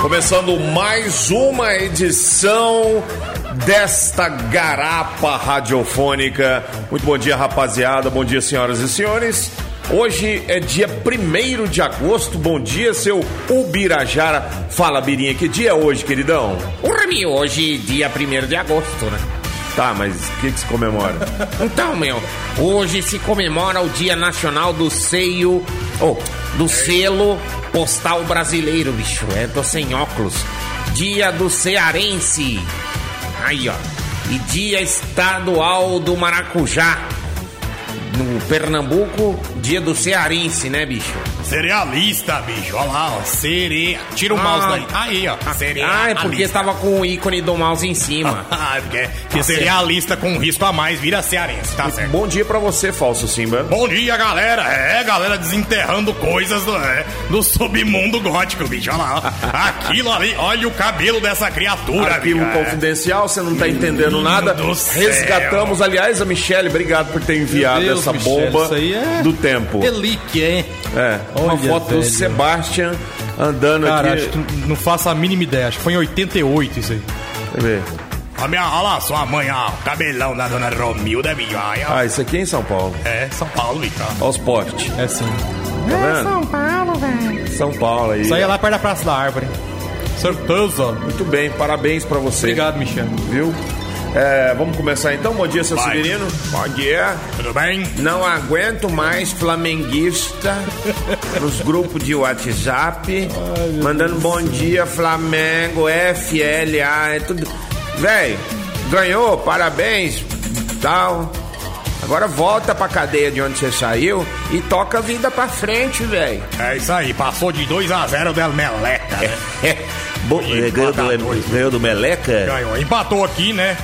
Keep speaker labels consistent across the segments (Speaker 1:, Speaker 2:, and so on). Speaker 1: Começando mais uma edição desta garapa radiofônica. Muito bom dia, rapaziada. Bom dia, senhoras e senhores. Hoje é dia 1 de agosto. Bom dia, seu Ubirajara. Fala, Birinha, que dia é hoje, queridão?
Speaker 2: O Rami, hoje, dia 1 de agosto, né?
Speaker 1: Tá, mas o que, que se comemora?
Speaker 2: Então, meu, hoje se comemora o Dia Nacional do Seio. Oh, do selo postal brasileiro, bicho. É, tô sem óculos. Dia do Cearense. Aí, ó. E Dia Estadual do Maracujá. No Pernambuco, dia do Cearense, né, bicho?
Speaker 3: Cerealista, bicho. Olha lá, ó. Cereia. Tira o
Speaker 2: Ah.
Speaker 3: mouse daí. Aí, ó. Cerealista.
Speaker 2: Ah, é porque estava com o ícone do mouse em cima.
Speaker 3: Ah, é porque que cerealista com um risco a mais vira cearense, tá certo?
Speaker 1: Bom dia pra você, falso Simba.
Speaker 3: Bom dia, galera. É, galera desenterrando coisas do, é, do submundo gótico, bicho. Olha lá, ó. Aquilo ali, olha o cabelo dessa criatura,
Speaker 1: Arquivo
Speaker 3: bicho. É.
Speaker 1: um confidencial, você não tá entendendo nada.
Speaker 3: do céu.
Speaker 1: Resgatamos, aliás, a Michelle, obrigado por ter enviado
Speaker 4: Deus,
Speaker 1: essa
Speaker 4: Michele,
Speaker 1: bomba
Speaker 4: isso aí é-
Speaker 1: do tempo.
Speaker 4: Relíquia, hein?
Speaker 1: É, uma
Speaker 4: Olha,
Speaker 1: foto do
Speaker 4: velho.
Speaker 1: Sebastian andando
Speaker 4: Cara,
Speaker 1: aqui.
Speaker 4: acho que não faço a mínima ideia. Acho que foi em 88 isso aí.
Speaker 1: Deixa eu ver.
Speaker 3: A minha, olha lá, sua mãe, ó. O cabelão da dona Romilda, bicho. Ai, ó.
Speaker 1: Ah, isso aqui é em São Paulo.
Speaker 3: É, São Paulo, bicho. ó.
Speaker 1: Olha os postes.
Speaker 4: É sim.
Speaker 1: É São Paulo, velho. São Paulo aí.
Speaker 4: Isso aí é lá perto da Praça da Árvore. Certeza.
Speaker 1: Muito bem, parabéns pra você.
Speaker 4: Obrigado, Michel.
Speaker 1: Viu? É, vamos começar então. Bom dia, seu
Speaker 3: Vai.
Speaker 1: Severino. Bom dia.
Speaker 3: Tudo bem?
Speaker 1: Não aguento mais flamenguista nos grupos de WhatsApp, mandando bom dia, Flamengo, FLA, é tudo. Véi, ganhou, parabéns, tal. Agora volta pra cadeia de onde você saiu e toca a vida pra frente, véi.
Speaker 3: É isso aí. Passou de 2 a 0 del Meleca, né?
Speaker 1: É.
Speaker 5: Bom, eh, ganhou, do,
Speaker 3: Empatadores.
Speaker 1: né?
Speaker 5: ganhou do Meleca?
Speaker 3: Ganhou. Empatou aqui, né?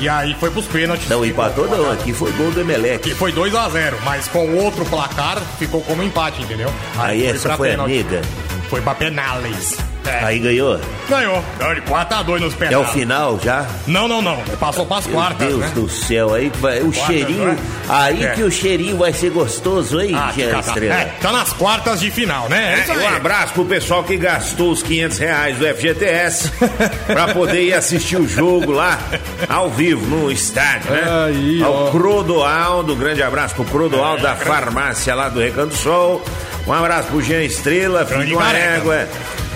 Speaker 3: E aí foi pros pênaltis.
Speaker 5: Não, empatou não, aqui foi gol do Emelec.
Speaker 3: Que foi 2 a 0 mas com o outro placar ficou como empate, entendeu?
Speaker 5: Aí
Speaker 3: pra
Speaker 5: essa foi a
Speaker 3: pênalti.
Speaker 5: nega.
Speaker 3: Foi pra penales. É,
Speaker 5: Aí ganhou.
Speaker 3: ganhou. Ganhou de 4 a 2 nos
Speaker 5: É o
Speaker 3: penales.
Speaker 5: final já?
Speaker 3: Não, não, não. Passou pras
Speaker 5: Meu
Speaker 3: quartas,
Speaker 5: Deus
Speaker 3: né?
Speaker 5: do céu, aí que vai, o
Speaker 3: Quartas,
Speaker 5: cheirinho.
Speaker 3: né?
Speaker 5: Aí
Speaker 3: É.
Speaker 5: que o cheirinho vai ser gostoso, hein,
Speaker 3: Ah, que
Speaker 5: Jean
Speaker 3: catar- é,
Speaker 5: Estrela?
Speaker 3: tá nas quartas de final, né? É isso
Speaker 1: Um
Speaker 3: aí.
Speaker 1: abraço pro pessoal que gastou os 500 reais do FGTS pra poder ir assistir o jogo lá ao vivo, no estádio, né?
Speaker 4: Aí,
Speaker 1: Ao
Speaker 4: ó.
Speaker 1: Crodoaldo, grande abraço pro Crodoaldo da farmácia lá do Recanto Sol. Um abraço pro Jean Estrela, filho
Speaker 3: Grande
Speaker 1: de uma
Speaker 3: careca.
Speaker 1: égua.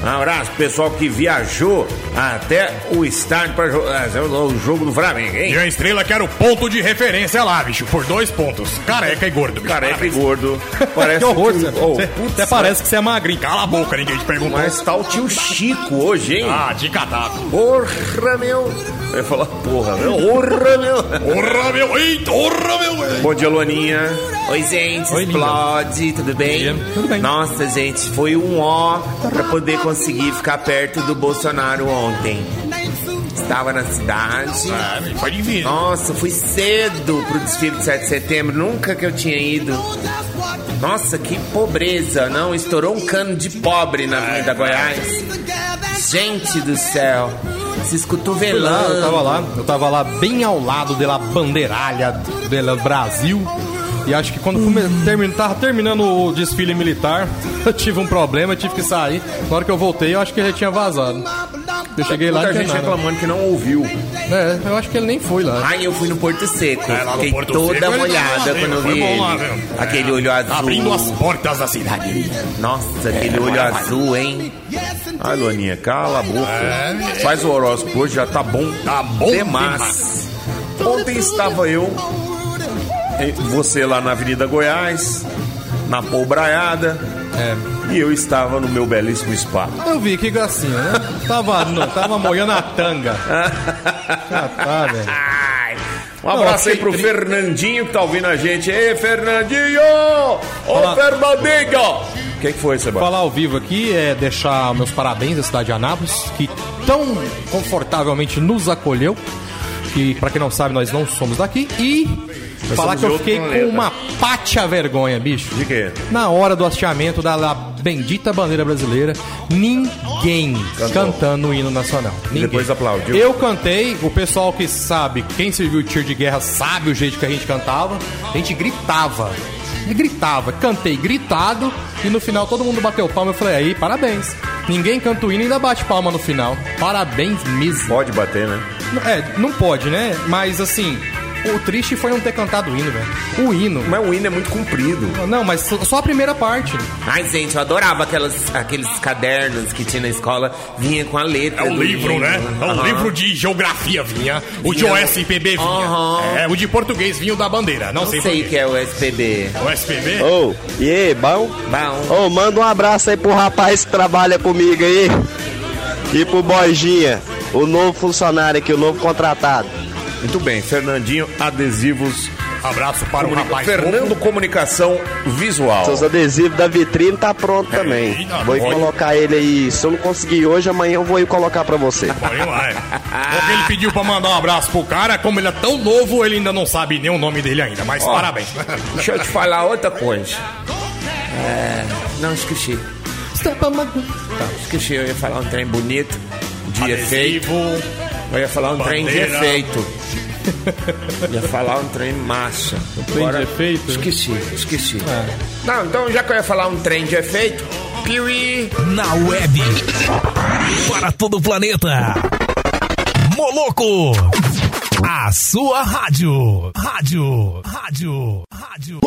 Speaker 1: Um abraço pro pessoal que viajou até o estádio pra jogar o jogo do Flamengo, hein?
Speaker 3: E a estrela que era o ponto de referência lá, bicho, por dois pontos. Careca e gordo, bicho.
Speaker 1: Careca e gordo. Parece
Speaker 4: Que horror,
Speaker 1: que-
Speaker 4: Zé.
Speaker 1: Oh,
Speaker 4: Você-
Speaker 1: putz,
Speaker 4: Até parece que você é magrinho.
Speaker 3: Cala a boca, ninguém te perguntou.
Speaker 1: Mas tá o tio Chico hoje, hein?
Speaker 3: Ah, de catado.
Speaker 1: Porra, meu! Eu ia falar, porra, meu! Porra, meu!
Speaker 3: Porra, meu. Eita, porra, meu.
Speaker 1: Bom dia, Luaninha.
Speaker 2: Oi, gente.
Speaker 4: Oi, linda.
Speaker 5: Explode, tudo bem?
Speaker 4: Tudo bem.
Speaker 5: Nossa, gente, foi um ó pra poder conseguir ficar perto do Bolsonaro ontem. Estava na cidade.
Speaker 3: Ah, bicho, foi difícil.
Speaker 5: Nossa, fui cedo pro desfile de 7 de setembro, nunca que eu tinha ido. Nossa, que pobreza, não? Estourou um cano de pobre na Avenida Goiás. Gente do céu, esses
Speaker 4: Fui lá, eu
Speaker 5: cotovelando.
Speaker 4: tava lá, eu tava lá bem ao lado dela bandeiralha dela Brasil. E acho que quando come... termin- tava terminando o desfile militar, eu tive um problema, eu tive que sair. Na hora que eu voltei, eu acho que ele já tinha vazado. Eu cheguei lá e não
Speaker 1: Muita
Speaker 4: tinha
Speaker 1: gente
Speaker 4: nada.
Speaker 1: reclamando que não ouviu.
Speaker 4: É, eu acho que ele nem foi lá.
Speaker 5: Ai, eu fui no Porto Seco.
Speaker 3: É, lá no
Speaker 5: Fiquei
Speaker 3: Porto
Speaker 5: toda
Speaker 3: Seco, ele tava lá,
Speaker 5: molhada quando eu
Speaker 3: viu?
Speaker 5: vi
Speaker 3: Foi bom
Speaker 5: ele.
Speaker 3: lá, viu?
Speaker 5: Aquele olho azul.
Speaker 3: Abrindo as portas da cidade.
Speaker 5: Nossa, aquele
Speaker 3: É,
Speaker 5: olho azul, hein?
Speaker 1: Ai, Luaninha, cala a boca. Faz o horóscopo hoje, já tá bom.
Speaker 3: Tá bom
Speaker 1: demais. Ontem estava eu, e você lá na Avenida Goiás, na Polbraiada, e eu estava no meu belíssimo spa.
Speaker 4: Eu vi, que gracinha, né? Tava, não, tava molhando a tanga. Ah, tá, velho.
Speaker 1: Ai, Um abraço aí pro Fernandinho que tá ouvindo a gente. Ei, Fernandinho! Ô,
Speaker 4: Fala.
Speaker 1: Fernandinho! O que, que foi, Sebastião?
Speaker 4: Falar ao vivo aqui é deixar meus parabéns à cidade de Anápolis, que tão confortavelmente nos acolheu. Que, pra quem não sabe, nós não somos daqui. E
Speaker 1: somos
Speaker 4: falar que
Speaker 1: de
Speaker 4: eu
Speaker 1: outro
Speaker 4: fiquei
Speaker 1: planeta.
Speaker 4: com uma pátia vergonha, bicho.
Speaker 1: De quê?
Speaker 4: Na hora do hasteamento da la- bendita bandeira brasileira, ninguém cantando o hino nacional. Ninguém.
Speaker 1: depois aplaudiu.
Speaker 4: Eu cantei, o pessoal que sabe, quem serviu o tiro de guerra sabe o jeito que a gente cantava. A gente gritava. E gritava, cantei gritado e no final todo mundo bateu palma. Eu falei, aí, parabéns. Ninguém canta o hino e ainda bate palma no final. Parabéns mesmo.
Speaker 6: Pode bater, né?
Speaker 4: É, não pode, né? Mas assim, o triste foi não ter cantado o hino, velho. O hino.
Speaker 6: Mas o hino é muito comprido.
Speaker 4: Não, mas só- só a primeira parte.
Speaker 1: Ai, gente, eu adorava aquelas, aqueles cadernos que tinha na escola. Vinha com a letra.
Speaker 3: É um
Speaker 1: do
Speaker 3: livro,
Speaker 1: hino.
Speaker 3: né? É um
Speaker 1: Aham.
Speaker 3: livro de geografia vinha, o de OSPB vinha.
Speaker 1: Aham.
Speaker 3: É, o de português vinha o da bandeira, não,
Speaker 1: Não
Speaker 3: sei,
Speaker 1: sei o
Speaker 3: por
Speaker 1: que
Speaker 3: quê.
Speaker 1: é o SPB.
Speaker 3: O SPB?
Speaker 7: Ô, e aí, bom?
Speaker 1: Bom,
Speaker 7: Ô, manda um abraço aí pro rapaz que trabalha comigo aí. E pro Borginha, o novo funcionário aqui, o novo contratado.
Speaker 6: Muito bem, Fernandinho Adesivos.
Speaker 3: Abraço para o
Speaker 6: Comunica-
Speaker 3: Um rapaz.
Speaker 6: Fernando Comunicação Visual.
Speaker 7: Seus adesivos da vitrine tá pronto também.
Speaker 3: Eita,
Speaker 7: Vou ir
Speaker 3: olha.
Speaker 7: colocar ele aí. Se eu não conseguir hoje, amanhã eu vou ir colocar pra você.
Speaker 3: Olha lá, é. Porque ele pediu pra mandar um abraço pro cara, como ele é tão novo, ele ainda não sabe nem o nome dele ainda, mas parabéns.
Speaker 1: deixa eu te falar outra coisa. É, não, esqueci. Tá, esqueci, eu ia falar um trem bonito, de efeito.
Speaker 3: Adesivo.
Speaker 1: Eu ia falar um trem de
Speaker 3: Bandeira.
Speaker 1: efeito. ia falar um trem massa.
Speaker 3: Um
Speaker 4: de efeito?
Speaker 1: Esqueci, esqueci.
Speaker 3: Ah.
Speaker 1: Não, então já que eu ia falar um trem de efeito, piuí.
Speaker 8: Na web. Para todo o planeta. Moloco. A sua rádio. Rádio. Rádio. Rádio.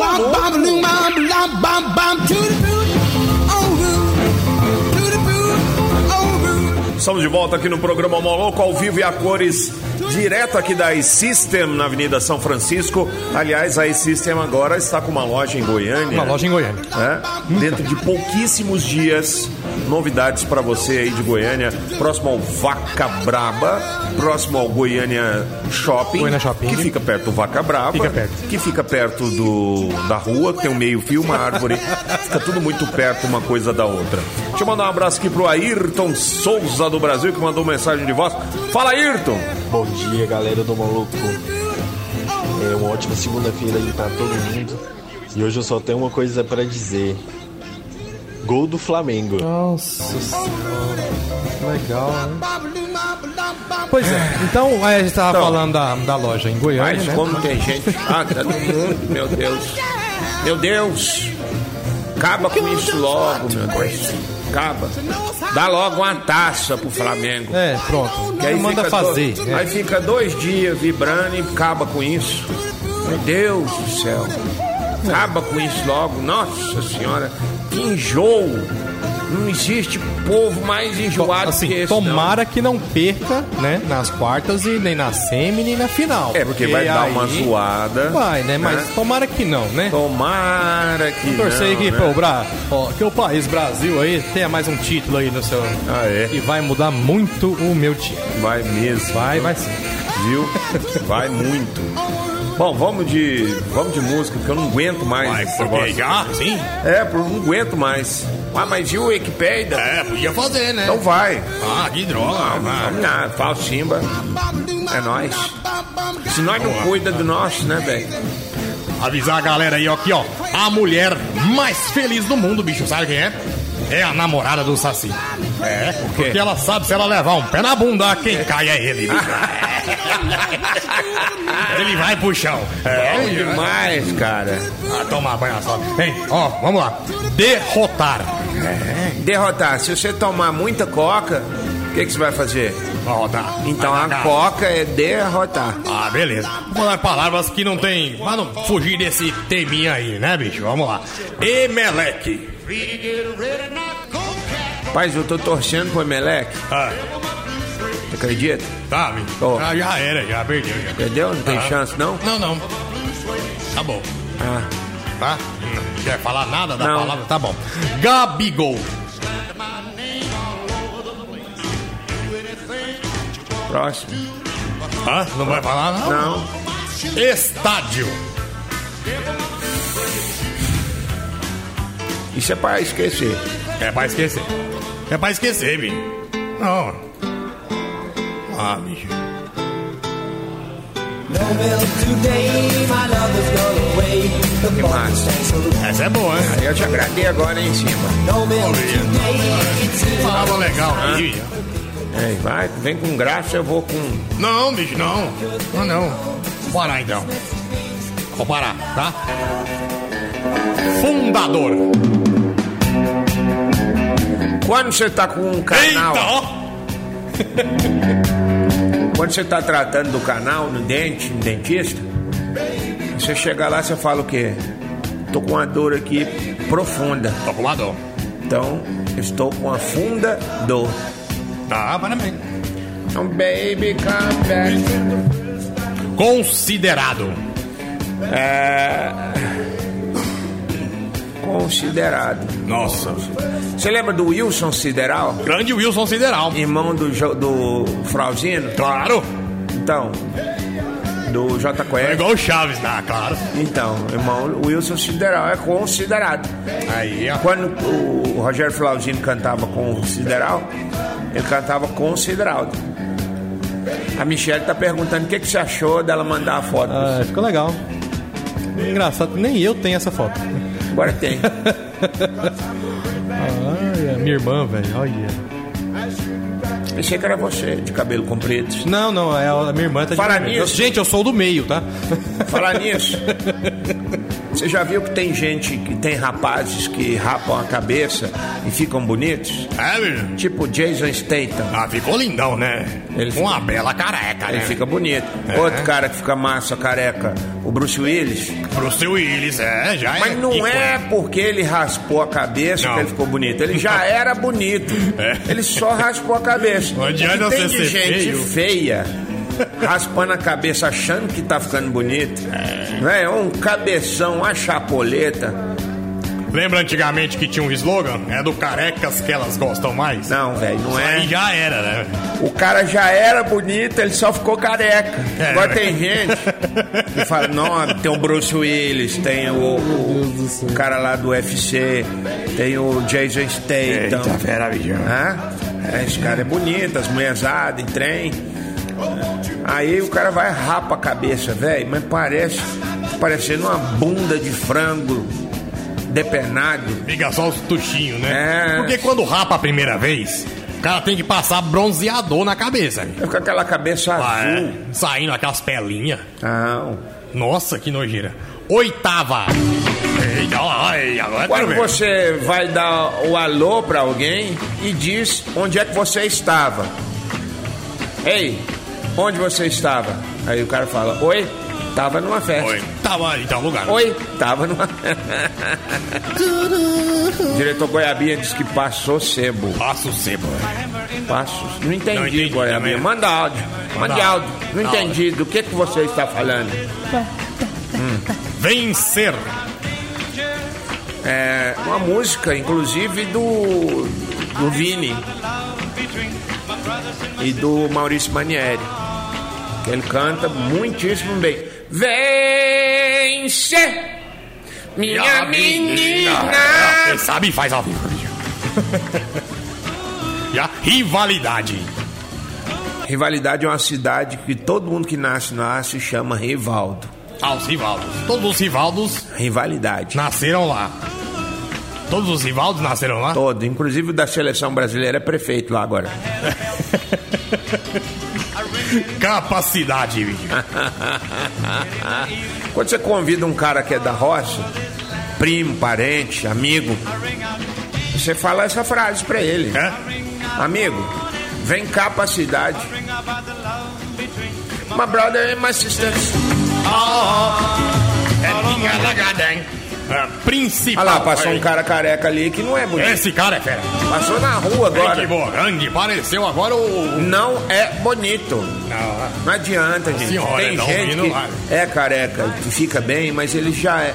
Speaker 6: Estamos de volta aqui no programa Moloco, ao vivo e a cores, direto aqui da iSystem, na Avenida São Francisco. Aliás, a iSystem agora está com uma loja em Goiânia.
Speaker 4: Uma loja em Goiânia.
Speaker 6: né? Dentro de pouquíssimos dias, novidades para você aí de Goiânia, próximo ao Vaca Braba, próximo ao Goiânia Shopping,
Speaker 4: Goiânia Shopping.
Speaker 6: que fica perto do Vaca Braba,
Speaker 4: Fica perto.
Speaker 6: que fica perto do, da rua, que tem um meio-fio, uma árvore, fica tudo muito perto uma coisa da outra. Deixa eu mandar um abraço aqui pro Ayrton Souza do Brasil, que mandou mensagem de voz. Fala, Ayrton!
Speaker 9: Bom dia, galera do Maluco. É uma ótima segunda-feira aí pra todo mundo. E hoje eu só tenho uma coisa pra dizer. Gol do Flamengo.
Speaker 4: Nossa senhora. Legal, né? Pois é, então é, a gente tava falando da, da loja em Goiânia,
Speaker 1: Mas
Speaker 4: né?
Speaker 1: como tem gente
Speaker 6: ah,
Speaker 1: chata no mundo, meu Deus. Meu Deus. Acaba com isso logo, meu Deus. Acaba. Dá logo uma taça pro Flamengo.
Speaker 4: É, pronto.
Speaker 1: Que aí
Speaker 4: manda
Speaker 1: fica
Speaker 4: fazer.
Speaker 1: dois-
Speaker 4: né?
Speaker 1: Aí fica dois dias vibrando e acaba com isso. Meu Deus do céu. Acaba com isso logo. Nossa Senhora, que enjoo. Não existe povo mais
Speaker 4: To-
Speaker 1: enjoado que
Speaker 4: Assim,
Speaker 1: esse. não.
Speaker 4: tomara que não perca, né? Nas quartas e nem na semi, nem na final.
Speaker 6: É, porque vai dar uma
Speaker 4: aí
Speaker 6: zoada.
Speaker 4: Vai, né? Mas tomara que não, né?
Speaker 6: Tomara que.
Speaker 4: Torcer
Speaker 6: não,
Speaker 4: que,
Speaker 6: né?
Speaker 4: pô, Bra, ó, que o país Brasil aí tenha mais um título aí no seu.
Speaker 6: Ah,
Speaker 4: E
Speaker 6: é.
Speaker 4: vai mudar muito o meu time.
Speaker 6: Vai mesmo.
Speaker 4: Vai, vai sim.
Speaker 6: Viu? Vai muito. Bom, vamos de, vamos de música, porque eu não aguento mais.
Speaker 3: Vai,
Speaker 6: esse
Speaker 3: porque
Speaker 6: negócio.
Speaker 3: já, sim.
Speaker 6: É, porque eu não aguento mais.
Speaker 1: Ah, mas e o Wikipedia?
Speaker 3: É, podia fazer, né?
Speaker 6: Então vai.
Speaker 3: Ah, que droga. vai.
Speaker 1: Vamos lá, Falsimba. É nóis. Se nós não cuida do nosso, né, velho?
Speaker 3: Avisar a galera aí, ó, aqui, ó. A mulher mais feliz do mundo, bicho, sabe quem é? É a namorada do Saci. É, porque ela sabe se ela levar um pé na bunda, quem cai é ele, bicho. ele vai pro chão. É,
Speaker 1: Bom demais, cara.
Speaker 3: Ah, toma banho só. Hein, ó, vamos lá. Derrotar.
Speaker 1: Derrotar, se você tomar muita coca, o que, que você vai fazer?
Speaker 3: Derrotar.
Speaker 1: Então
Speaker 3: tá. Vai
Speaker 1: a
Speaker 3: cagar.
Speaker 1: coca é derrotar.
Speaker 3: Ah, beleza. Vamos lá, palavras que não tem. Mas não fugir desse teminha aí, né, bicho? Vamos lá. Emelec.
Speaker 1: Paz, eu tô torcendo pro Emelec,
Speaker 3: Ah,
Speaker 1: você acredita?
Speaker 3: tá, bicho.
Speaker 1: Ó.
Speaker 3: Ah, já era, já perdeu. Já.
Speaker 1: Entendeu? Não tem
Speaker 3: Ah.
Speaker 1: chance, não? Ah.
Speaker 3: Não, não. Tá bom. Tá? Não quer falar nada da
Speaker 1: Não.
Speaker 3: palavra? Tá bom. Gabigol.
Speaker 1: Próximo.
Speaker 3: Hã? Não vai falar, não?
Speaker 1: Não.
Speaker 3: Estádio.
Speaker 1: Isso é pra esquecer.
Speaker 3: É pra esquecer. É pra esquecer, bicho. Não. Ah, bicho.
Speaker 1: Que massa.
Speaker 3: Essa é boa, hein?
Speaker 1: Eu te agradei agora hein, em cima.
Speaker 3: Palavra legal. né? aí, bicho.
Speaker 1: É, vai, vem com graça, eu vou com.
Speaker 3: Não, bicho, não. Não, não. Vou parar, então. Vou parar, tá? Fundador.
Speaker 1: Quando você tá com um canal.
Speaker 3: Eita, ó!
Speaker 1: Quando você tá tratando do canal no dente, no dentista, você chega lá, você fala o quê? Tô com uma dor aqui profunda.
Speaker 3: Tô com uma dor.
Speaker 1: Então, estou com uma funda dor.
Speaker 3: Tá, parabéns.
Speaker 1: Então, baby, come back.
Speaker 3: Considerado.
Speaker 1: Considerado.
Speaker 3: Nossa.
Speaker 1: Você lembra do Wilson Sideral?
Speaker 3: Grande Wilson Sideral.
Speaker 1: Irmão do, Jo- do Frauzino?
Speaker 3: Claro.
Speaker 1: Então. Do
Speaker 3: É
Speaker 1: JQR?
Speaker 3: igual o Chaves, tá? Claro.
Speaker 1: Então, irmão, o Wilson Sideral é considerado.
Speaker 3: Aí, ó.
Speaker 1: Quando o Rogério Flauzino cantava com o Sideral, ele cantava com o Sideraldo. A Michelle tá perguntando o que, que você achou dela mandar a foto.
Speaker 4: Ah, ficou legal. Engraçado, nem eu tenho essa foto.
Speaker 1: Agora tem.
Speaker 4: Ai, é minha irmã, velho. Olha.
Speaker 1: Pensei que era você, de cabelo comprido.
Speaker 4: Não, não, é a minha irmã tá de
Speaker 1: Para
Speaker 4: vermelho.
Speaker 1: nisso.
Speaker 4: Gente, eu sou do meio, tá?
Speaker 1: Falar nisso, você já viu que tem gente, que tem rapazes que rapam a cabeça e ficam bonitos?
Speaker 3: É, menino.
Speaker 1: Tipo Jason Statham.
Speaker 3: Ah, ficou lindão, né?
Speaker 1: Ele
Speaker 3: Com uma bela careca,
Speaker 1: Ele
Speaker 3: né?
Speaker 1: fica bonito. Outro cara que fica massa, careca, o Bruce Willis.
Speaker 3: Pro seu Willis, é, já é.
Speaker 1: Mas não
Speaker 3: Kiko,
Speaker 1: é porque ele raspou a cabeça
Speaker 3: Não.
Speaker 1: que ele ficou bonito. Ele já era bonito.
Speaker 3: É.
Speaker 1: Ele só raspou a cabeça.
Speaker 3: Não
Speaker 1: O que
Speaker 3: adianta
Speaker 1: tem
Speaker 3: você
Speaker 1: de
Speaker 3: ser
Speaker 1: gente
Speaker 3: feio.
Speaker 1: feia raspando a cabeça achando que tá ficando bonito. Não É. Um cabeção, uma chapoleta.
Speaker 3: Lembra antigamente que tinha um slogan? É do carecas que elas gostam mais?
Speaker 1: Não, velho, não é.
Speaker 3: Aí já era, né?
Speaker 1: O cara já era bonito, ele só ficou careca.
Speaker 3: É,
Speaker 1: Agora
Speaker 3: né?
Speaker 1: tem gente que fala, não, tem o Bruce Willis, tem o, o, o cara lá do UFC, tem o Jason Statham. Hã? É, Esse cara é bonito, as mulheres andam em trem. Aí o cara vai e rapa a cabeça, velho, mas parece parecendo uma bunda de frango depenado.
Speaker 3: Fica só os tuchinhos, né?
Speaker 1: É.
Speaker 3: Porque quando rapa a primeira vez, o cara tem que passar bronzeador na cabeça. né?
Speaker 1: Fica aquela cabeça
Speaker 3: Ah,
Speaker 1: azul.
Speaker 3: é. Saindo aquelas pelinhas.
Speaker 1: Não.
Speaker 3: Nossa, que nojeira. Oitava. Eita, ó, aí, agora eu quero
Speaker 1: Quando
Speaker 3: ver.
Speaker 1: você vai dar o alô pra alguém e diz onde é que você estava. Ei, onde você estava? Aí o cara fala, oi, tava numa festa. Oi,
Speaker 3: Oitava em tal Tá, então, lugar.
Speaker 1: tava numa. O Diretor Goiabinha disse que passou sebo.
Speaker 3: Passa o sebo. velho.
Speaker 1: Passos. Não entendi,
Speaker 3: Não entendi
Speaker 1: Goiabinha.
Speaker 3: também.
Speaker 1: Manda áudio. Manda,
Speaker 3: Manda
Speaker 1: áudio. Não
Speaker 3: áudio.
Speaker 1: entendi do que, que você está falando.
Speaker 3: Vencer.
Speaker 1: É uma música, inclusive, do, do Vini e do Maurício Manieri. Que ele canta muitíssimo bem. Vence, minha menina!
Speaker 3: Ah, Quem sabe faz ao vivo. E a rivalidade.
Speaker 1: Rivalidade é uma cidade que todo mundo que nasce, nasce, chama Rivaldo.
Speaker 3: Aos rivaldos. Todos os rivaldos
Speaker 1: Rivalidade.
Speaker 3: nasceram lá. Todos os rivaldos nasceram lá?
Speaker 1: Todo, inclusive o da seleção brasileira é prefeito lá agora.
Speaker 3: Capacidade, bicho.
Speaker 1: Quando você convida um cara que é da roça, primo, parente, amigo, você fala essa frase pra ele.
Speaker 3: É?
Speaker 1: Amigo, vem cá pra cidade. My brother and my sister.
Speaker 3: É minha lagada, hein? É, principal.
Speaker 1: Olha lá, passou um cara careca ali que não é bonito.
Speaker 3: Esse cara é fera.
Speaker 1: Passou na rua
Speaker 3: Henrique
Speaker 1: agora.
Speaker 3: Borang pareceu agora o.
Speaker 1: Não é bonito.
Speaker 3: Não,
Speaker 1: Não adianta, gente.
Speaker 3: senhora,
Speaker 1: Tem
Speaker 3: não,
Speaker 1: gente
Speaker 3: não vai.
Speaker 1: que é careca, que fica bem, mas ele já é.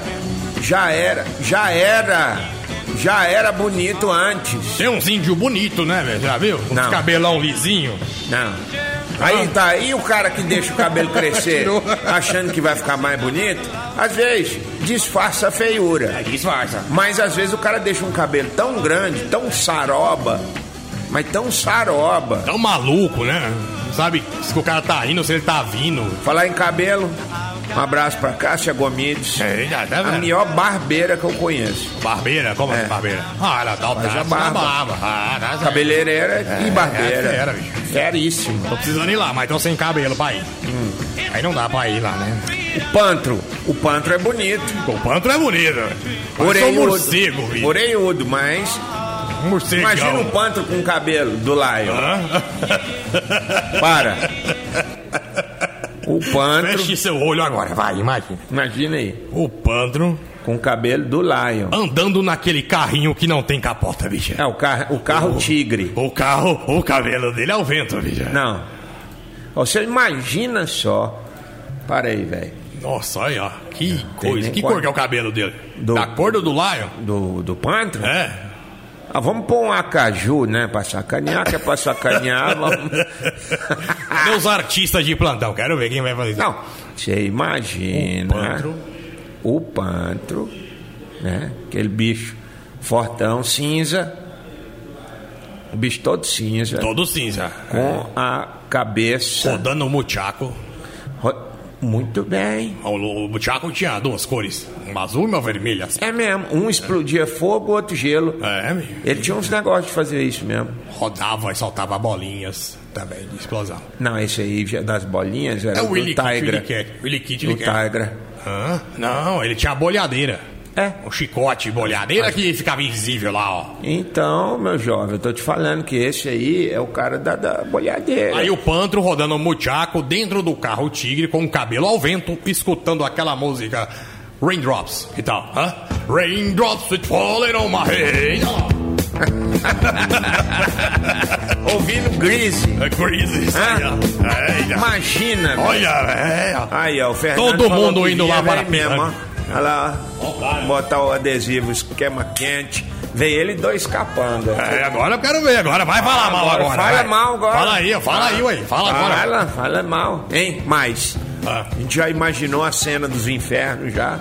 Speaker 1: Já era, já era, já era bonito antes.
Speaker 3: Tem uns índios bonitos, né, velho? Já viu? Uns
Speaker 1: Não.
Speaker 3: cabelão lisinho.
Speaker 1: Não.
Speaker 3: Ah.
Speaker 1: Aí tá, aí o cara que deixa o cabelo crescer
Speaker 3: Tirou.
Speaker 1: achando que vai ficar mais bonito, às vezes disfarça a feiura.
Speaker 3: Disfarça.
Speaker 1: Mas às vezes o cara deixa um cabelo tão grande, tão saroba, mas tão saroba.
Speaker 3: Tão maluco, né? Não Sabe se o cara tá indo, se ele tá vindo.
Speaker 1: Falar em cabelo, um abraço pra Cássia Gomides,
Speaker 3: É, já tá
Speaker 1: a
Speaker 3: vendo?
Speaker 1: melhor barbeira que eu conheço.
Speaker 3: Barbeira? Como
Speaker 1: É.
Speaker 3: assim, barbeira? Ah, ela dá o
Speaker 1: Mas
Speaker 3: traço
Speaker 1: é
Speaker 3: na
Speaker 1: barba.
Speaker 3: barba. Ah, tá certo.
Speaker 1: Cabeleireira e barbeira.
Speaker 3: é fera, bicho.
Speaker 1: Feríssimo.
Speaker 3: Tô precisando ir lá, mas tô sem cabelo pra ir. Aí não dá pra ir lá, né?
Speaker 1: O pantro, o pantro é bonito.
Speaker 3: O pantro é bonito. Mas sou
Speaker 1: Orelhudo,
Speaker 3: morcego, bicho.
Speaker 1: orelhudo, mas
Speaker 3: Um morcegão.
Speaker 1: Imagina um pântano com o cabelo do Lion. Para. O pântano,
Speaker 3: Feche seu olho agora, vai, imagina.
Speaker 1: imagina aí,
Speaker 3: O Pandro
Speaker 1: com o cabelo do Lion.
Speaker 3: andando naquele carrinho que não tem capota, bicha.
Speaker 1: É, o, car o
Speaker 3: Uhum.
Speaker 1: carro tigre.
Speaker 3: O carro, o cabelo dele é o vento, bicha.
Speaker 1: Não. Ó, Você imagina só. Para aí, velho.
Speaker 3: Nossa, olha, ó. que coisa.
Speaker 1: nem
Speaker 3: Que
Speaker 1: qual-
Speaker 3: cor que é o cabelo dele?
Speaker 1: Do-
Speaker 3: Da cor do, do Lion?
Speaker 1: Do, do pântano?
Speaker 3: É.
Speaker 1: Ah, vamos pôr um acaju, né? Pra sacanear, que é pra sacanear. Vamos...
Speaker 3: Cadê os artistas de plantão? Quero ver quem vai fazer isso.
Speaker 1: Ah. Não, você imagina.
Speaker 3: pântano.
Speaker 1: O pantro, né? Aquele bicho fortão, cinza. O bicho todo cinza.
Speaker 3: Todo cinza. É.
Speaker 1: Com a cabeça.
Speaker 3: Rodando o muchaco.
Speaker 1: Ro- Muito bem.
Speaker 3: O, o muchaco tinha duas cores. Uma azul e uma vermelha.
Speaker 1: É mesmo. Um explodia fogo, outro gelo.
Speaker 3: É, bicho.
Speaker 1: Ele tinha uns negócios de fazer isso mesmo.
Speaker 3: rodava e soltava bolinhas também de explosão.
Speaker 1: Não, esse aí já das bolinhas era
Speaker 3: É o
Speaker 1: do
Speaker 3: Willy Kit, Willy
Speaker 1: Tigra.
Speaker 3: Cat. Willy Kit,
Speaker 1: Do
Speaker 3: Willy Cat.
Speaker 1: Tigra.
Speaker 3: Hã? Não, ele tinha a bolhadeira.
Speaker 1: É.
Speaker 3: Um chicote bolhadeira que ficava invisível lá, ó.
Speaker 1: Então, meu jovem, eu tô te falando que esse aí é o cara da, da bolhadeira.
Speaker 3: Aí o Pantro rodando o muchaco dentro do carro tigre com o cabelo ao vento, escutando aquela música Raindrops e tal. Hã? Raindrops it falling on my head.
Speaker 1: Ouvindo Greasy.
Speaker 3: É crazy isso aí,
Speaker 1: Hã?
Speaker 3: ó. É, ó.
Speaker 1: Imagina. velho.
Speaker 3: Olha, é, ó.
Speaker 1: Aí, ó, o Fernando
Speaker 3: Todo
Speaker 1: falou
Speaker 3: mundo
Speaker 1: que
Speaker 3: indo
Speaker 1: ia,
Speaker 3: lá para
Speaker 1: vem mesmo, ó.
Speaker 3: Piranga.
Speaker 1: Olha lá, ó. Botar o adesivo, esquema quente. Vem ele e dois capanga.
Speaker 3: É, agora eu quero ver, agora vai falar mal
Speaker 1: Agora,
Speaker 3: agora.
Speaker 1: fala
Speaker 3: vai.
Speaker 1: mal agora.
Speaker 3: Fala aí, ó, fala aí, ué. Fala agora.
Speaker 1: Fala, fala mal. Hein? Mas,
Speaker 3: Ah.
Speaker 1: a gente já imaginou a cena dos infernos já?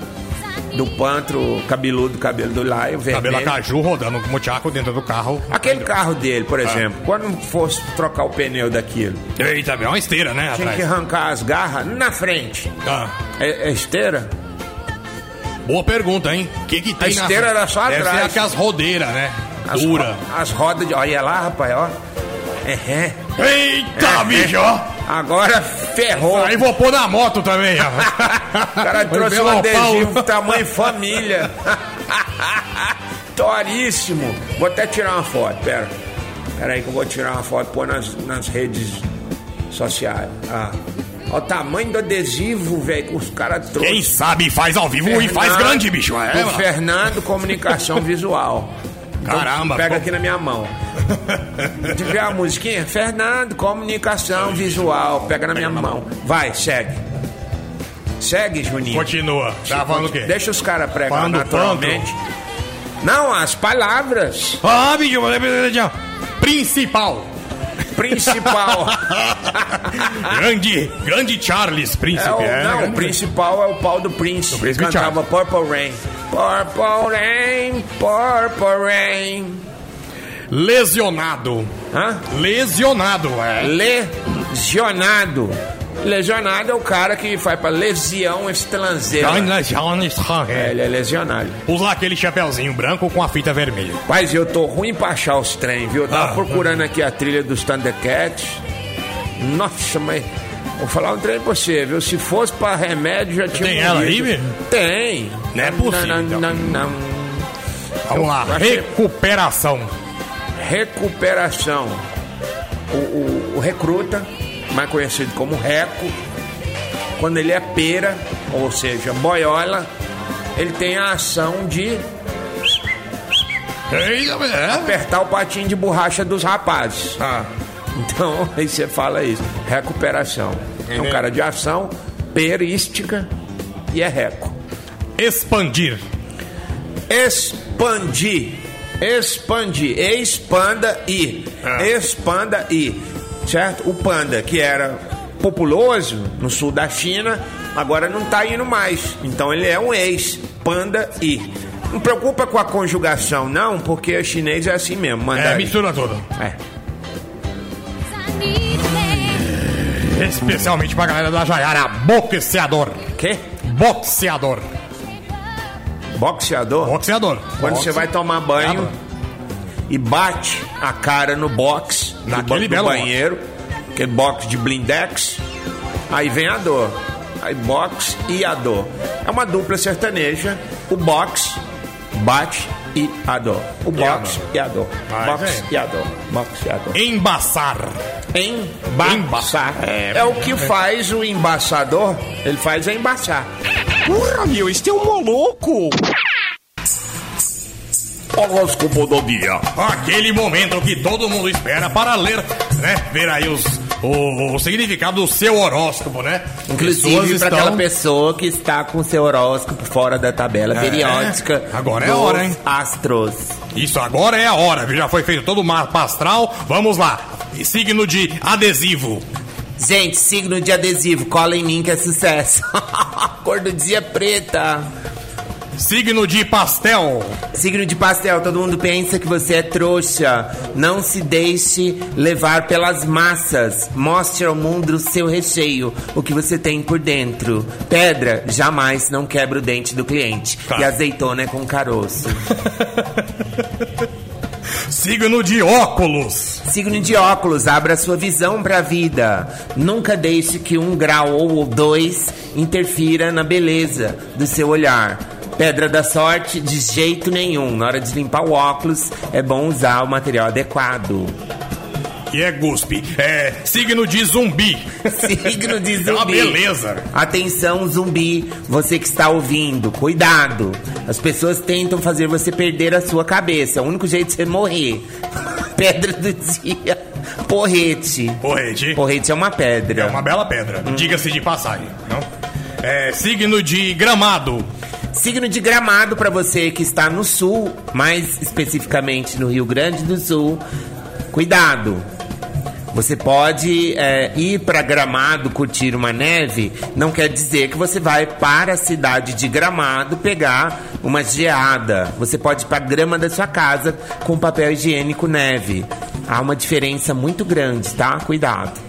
Speaker 1: Do pantro cabeludo, cabelo do laio,
Speaker 3: Cabelo a
Speaker 1: vermelho.
Speaker 3: caju rodando com o muchaco dentro do carro.
Speaker 1: Aquele carro dele,
Speaker 3: Ah.
Speaker 1: por exemplo, quando fosse trocar o pneu daquilo,
Speaker 3: Eita, é uma esteira, né?
Speaker 1: tinha
Speaker 3: Atrás.
Speaker 1: que arrancar as garras na frente.
Speaker 3: Ah,
Speaker 1: É, é esteira?
Speaker 3: boa pergunta, hein? O que, que tem
Speaker 1: A esteira
Speaker 3: na...
Speaker 1: era só
Speaker 3: Deve
Speaker 1: atrás.
Speaker 3: ser aquelas rodeiras, né?
Speaker 1: As
Speaker 3: Dura.
Speaker 1: ro- As rodas de. Olha lá, rapaz, ó. É, é.
Speaker 3: Eita,
Speaker 1: É,
Speaker 3: Tá, bicho!
Speaker 1: é.
Speaker 3: ó.
Speaker 1: Agora ferrou.
Speaker 3: Aí vou pôr na moto também, ó.
Speaker 1: O cara trouxe um adesivo tamanho família. Toríssimo. Vou até tirar uma foto, pera. Pera aí que eu vou tirar uma foto, pôr nas, nas redes sociais. Ah. Olha o tamanho do adesivo, velho, que os caras trouxeram.
Speaker 3: Quem sabe faz ao vivo e faz
Speaker 1: Fernando,
Speaker 3: grande, bicho. É,
Speaker 1: do
Speaker 3: mano.
Speaker 1: Fernando Comunicação Visual. Então,
Speaker 3: Caramba,
Speaker 1: Pega
Speaker 3: pô.
Speaker 1: aqui na minha mão. Se tiver a musiquinha, Fernando Comunicação Visual. Pega na minha mão. Vai, segue. Segue, Juninho.
Speaker 3: Continua. Tá falando o quê?
Speaker 1: Deixa os caras pregar
Speaker 3: Falando
Speaker 1: naturalmente. Não, as palavras.
Speaker 3: Ah, bicho, Principal.
Speaker 1: Principal.
Speaker 3: grande, grande Charles,
Speaker 1: É
Speaker 3: príncipe.
Speaker 1: o-
Speaker 3: É,
Speaker 1: não, o
Speaker 3: grande-
Speaker 1: principal é o pau do príncipe.
Speaker 3: príncipe
Speaker 1: Cantava
Speaker 3: Charles.
Speaker 1: Purple Rain. Purple Rain, Purple Rain.
Speaker 3: Lesionado.
Speaker 1: Hã?
Speaker 3: Lesionado, é.
Speaker 1: Lesionado. Lesionado é o cara que faz pra lesão
Speaker 3: né?
Speaker 1: estrangeira. É,
Speaker 3: É.
Speaker 1: ele é lesionado.
Speaker 3: Usa aquele chapéuzinho branco com a fita vermelha.
Speaker 1: Mas eu tô ruim pra achar os trem, viu? Eu tava
Speaker 3: Ah.
Speaker 1: procurando aqui a trilha dos Thundercats. Nossa, mas. Vou falar um trem pra você, viu? Se fosse pra remédio, já tinha.
Speaker 3: Tem ela aí,
Speaker 1: morrido.
Speaker 3: velho?
Speaker 1: Tem.
Speaker 3: Não é possível,
Speaker 1: Não,
Speaker 3: então.
Speaker 1: não, não,
Speaker 3: Vamos lá.
Speaker 1: achei.
Speaker 3: Recuperação.
Speaker 1: Recuperação. O, o- o recruta, mais conhecido como reco, quando ele é pera, ou seja, boiola, ele tem a ação de
Speaker 3: Eita, é.
Speaker 1: apertar o patinho de borracha dos rapazes.
Speaker 3: Ah,
Speaker 1: Então, aí você fala isso. Recuperação. É um cara de ação, perística e é reco.
Speaker 3: Expandir.
Speaker 1: Expandir. Expandir. Expanda e.
Speaker 3: Ah.
Speaker 1: Expanda e. Certo? O panda, que era populoso no sul da China, agora não tá indo mais. Então ele é um ex. Panda e. Não preocupa com a conjugação, não, porque chinês é assim mesmo.
Speaker 3: É,
Speaker 1: Mandarim.
Speaker 3: mistura toda.
Speaker 1: É.
Speaker 3: Especialmente pra galera da Jaiara. Boxeador.
Speaker 1: Quê?
Speaker 3: Boxeador.
Speaker 1: Boxeador?
Speaker 3: Boxeador.
Speaker 1: Quando você vai tomar banho e bate a cara no box, no
Speaker 3: Naquele
Speaker 1: banco do
Speaker 3: belo
Speaker 1: banheiro, aquele box de blindex, aí vem a dor. Aí box e a dor. É uma dupla sertaneja, o box bate e a dor. O box e a dor.
Speaker 3: Vai,
Speaker 1: Box
Speaker 3: vem.
Speaker 1: e a dor. Box e a dor.
Speaker 3: Embaçar.
Speaker 1: Embaçar. É, o que faz o embaçador, ele faz é embaçar.
Speaker 6: Porra, meu, este é um moloco! Horóscopo do dia.
Speaker 3: Aquele momento que todo mundo espera para ler, né? Ver aí os, o, o significado do seu horóscopo, né?
Speaker 2: Inclusive
Speaker 3: Pessoas
Speaker 2: para
Speaker 3: estão-
Speaker 2: aquela pessoa que está com seu horóscopo fora da tabela periódica.
Speaker 3: Agora é
Speaker 2: dos
Speaker 3: hora, hein?
Speaker 2: Astros.
Speaker 3: Isso agora é a hora, viu? já foi feito todo o mapa astral. Vamos lá. Signo de adesivo.
Speaker 2: Gente, signo de adesivo, cola em mim que é sucesso. Cor do dia é preta.
Speaker 3: Signo de pastel.
Speaker 2: Signo de pastel, todo mundo pensa que você é trouxa. Não se deixe levar pelas massas. Mostre ao mundo o seu recheio, o que você tem por dentro. Pedra, jamais não quebra o dente do cliente.
Speaker 3: Tá.
Speaker 2: E azeitona é com caroço.
Speaker 3: Signo de óculos.
Speaker 2: Signo de óculos, abra sua visão para a vida. Nunca deixe que um grau ou dois interfira na beleza do seu olhar. Pedra da sorte, de jeito nenhum. Na hora de limpar o óculos, é bom usar o material adequado.
Speaker 3: E é guspe. É signo de zumbi.
Speaker 2: Signo de zumbi.
Speaker 3: É uma beleza.
Speaker 2: Atenção, zumbi, você que está ouvindo, cuidado. As pessoas tentam fazer você perder a sua cabeça. O único jeito de você morrer. Pedra do dia, porrete.
Speaker 3: Porrete.
Speaker 2: Porrete é uma pedra.
Speaker 3: É uma bela pedra.
Speaker 2: Hum.
Speaker 3: Diga-se de passagem. Não? É signo de gramado.
Speaker 2: Signo de gramado para você que está no sul, mais especificamente no Rio Grande do Sul. Cuidado! Você pode é, ir para Gramado curtir uma neve, não quer dizer que você vai para a cidade de Gramado pegar uma geada. Você pode ir para a grama da sua casa com papel higiênico neve. Há uma diferença muito grande, tá? Cuidado.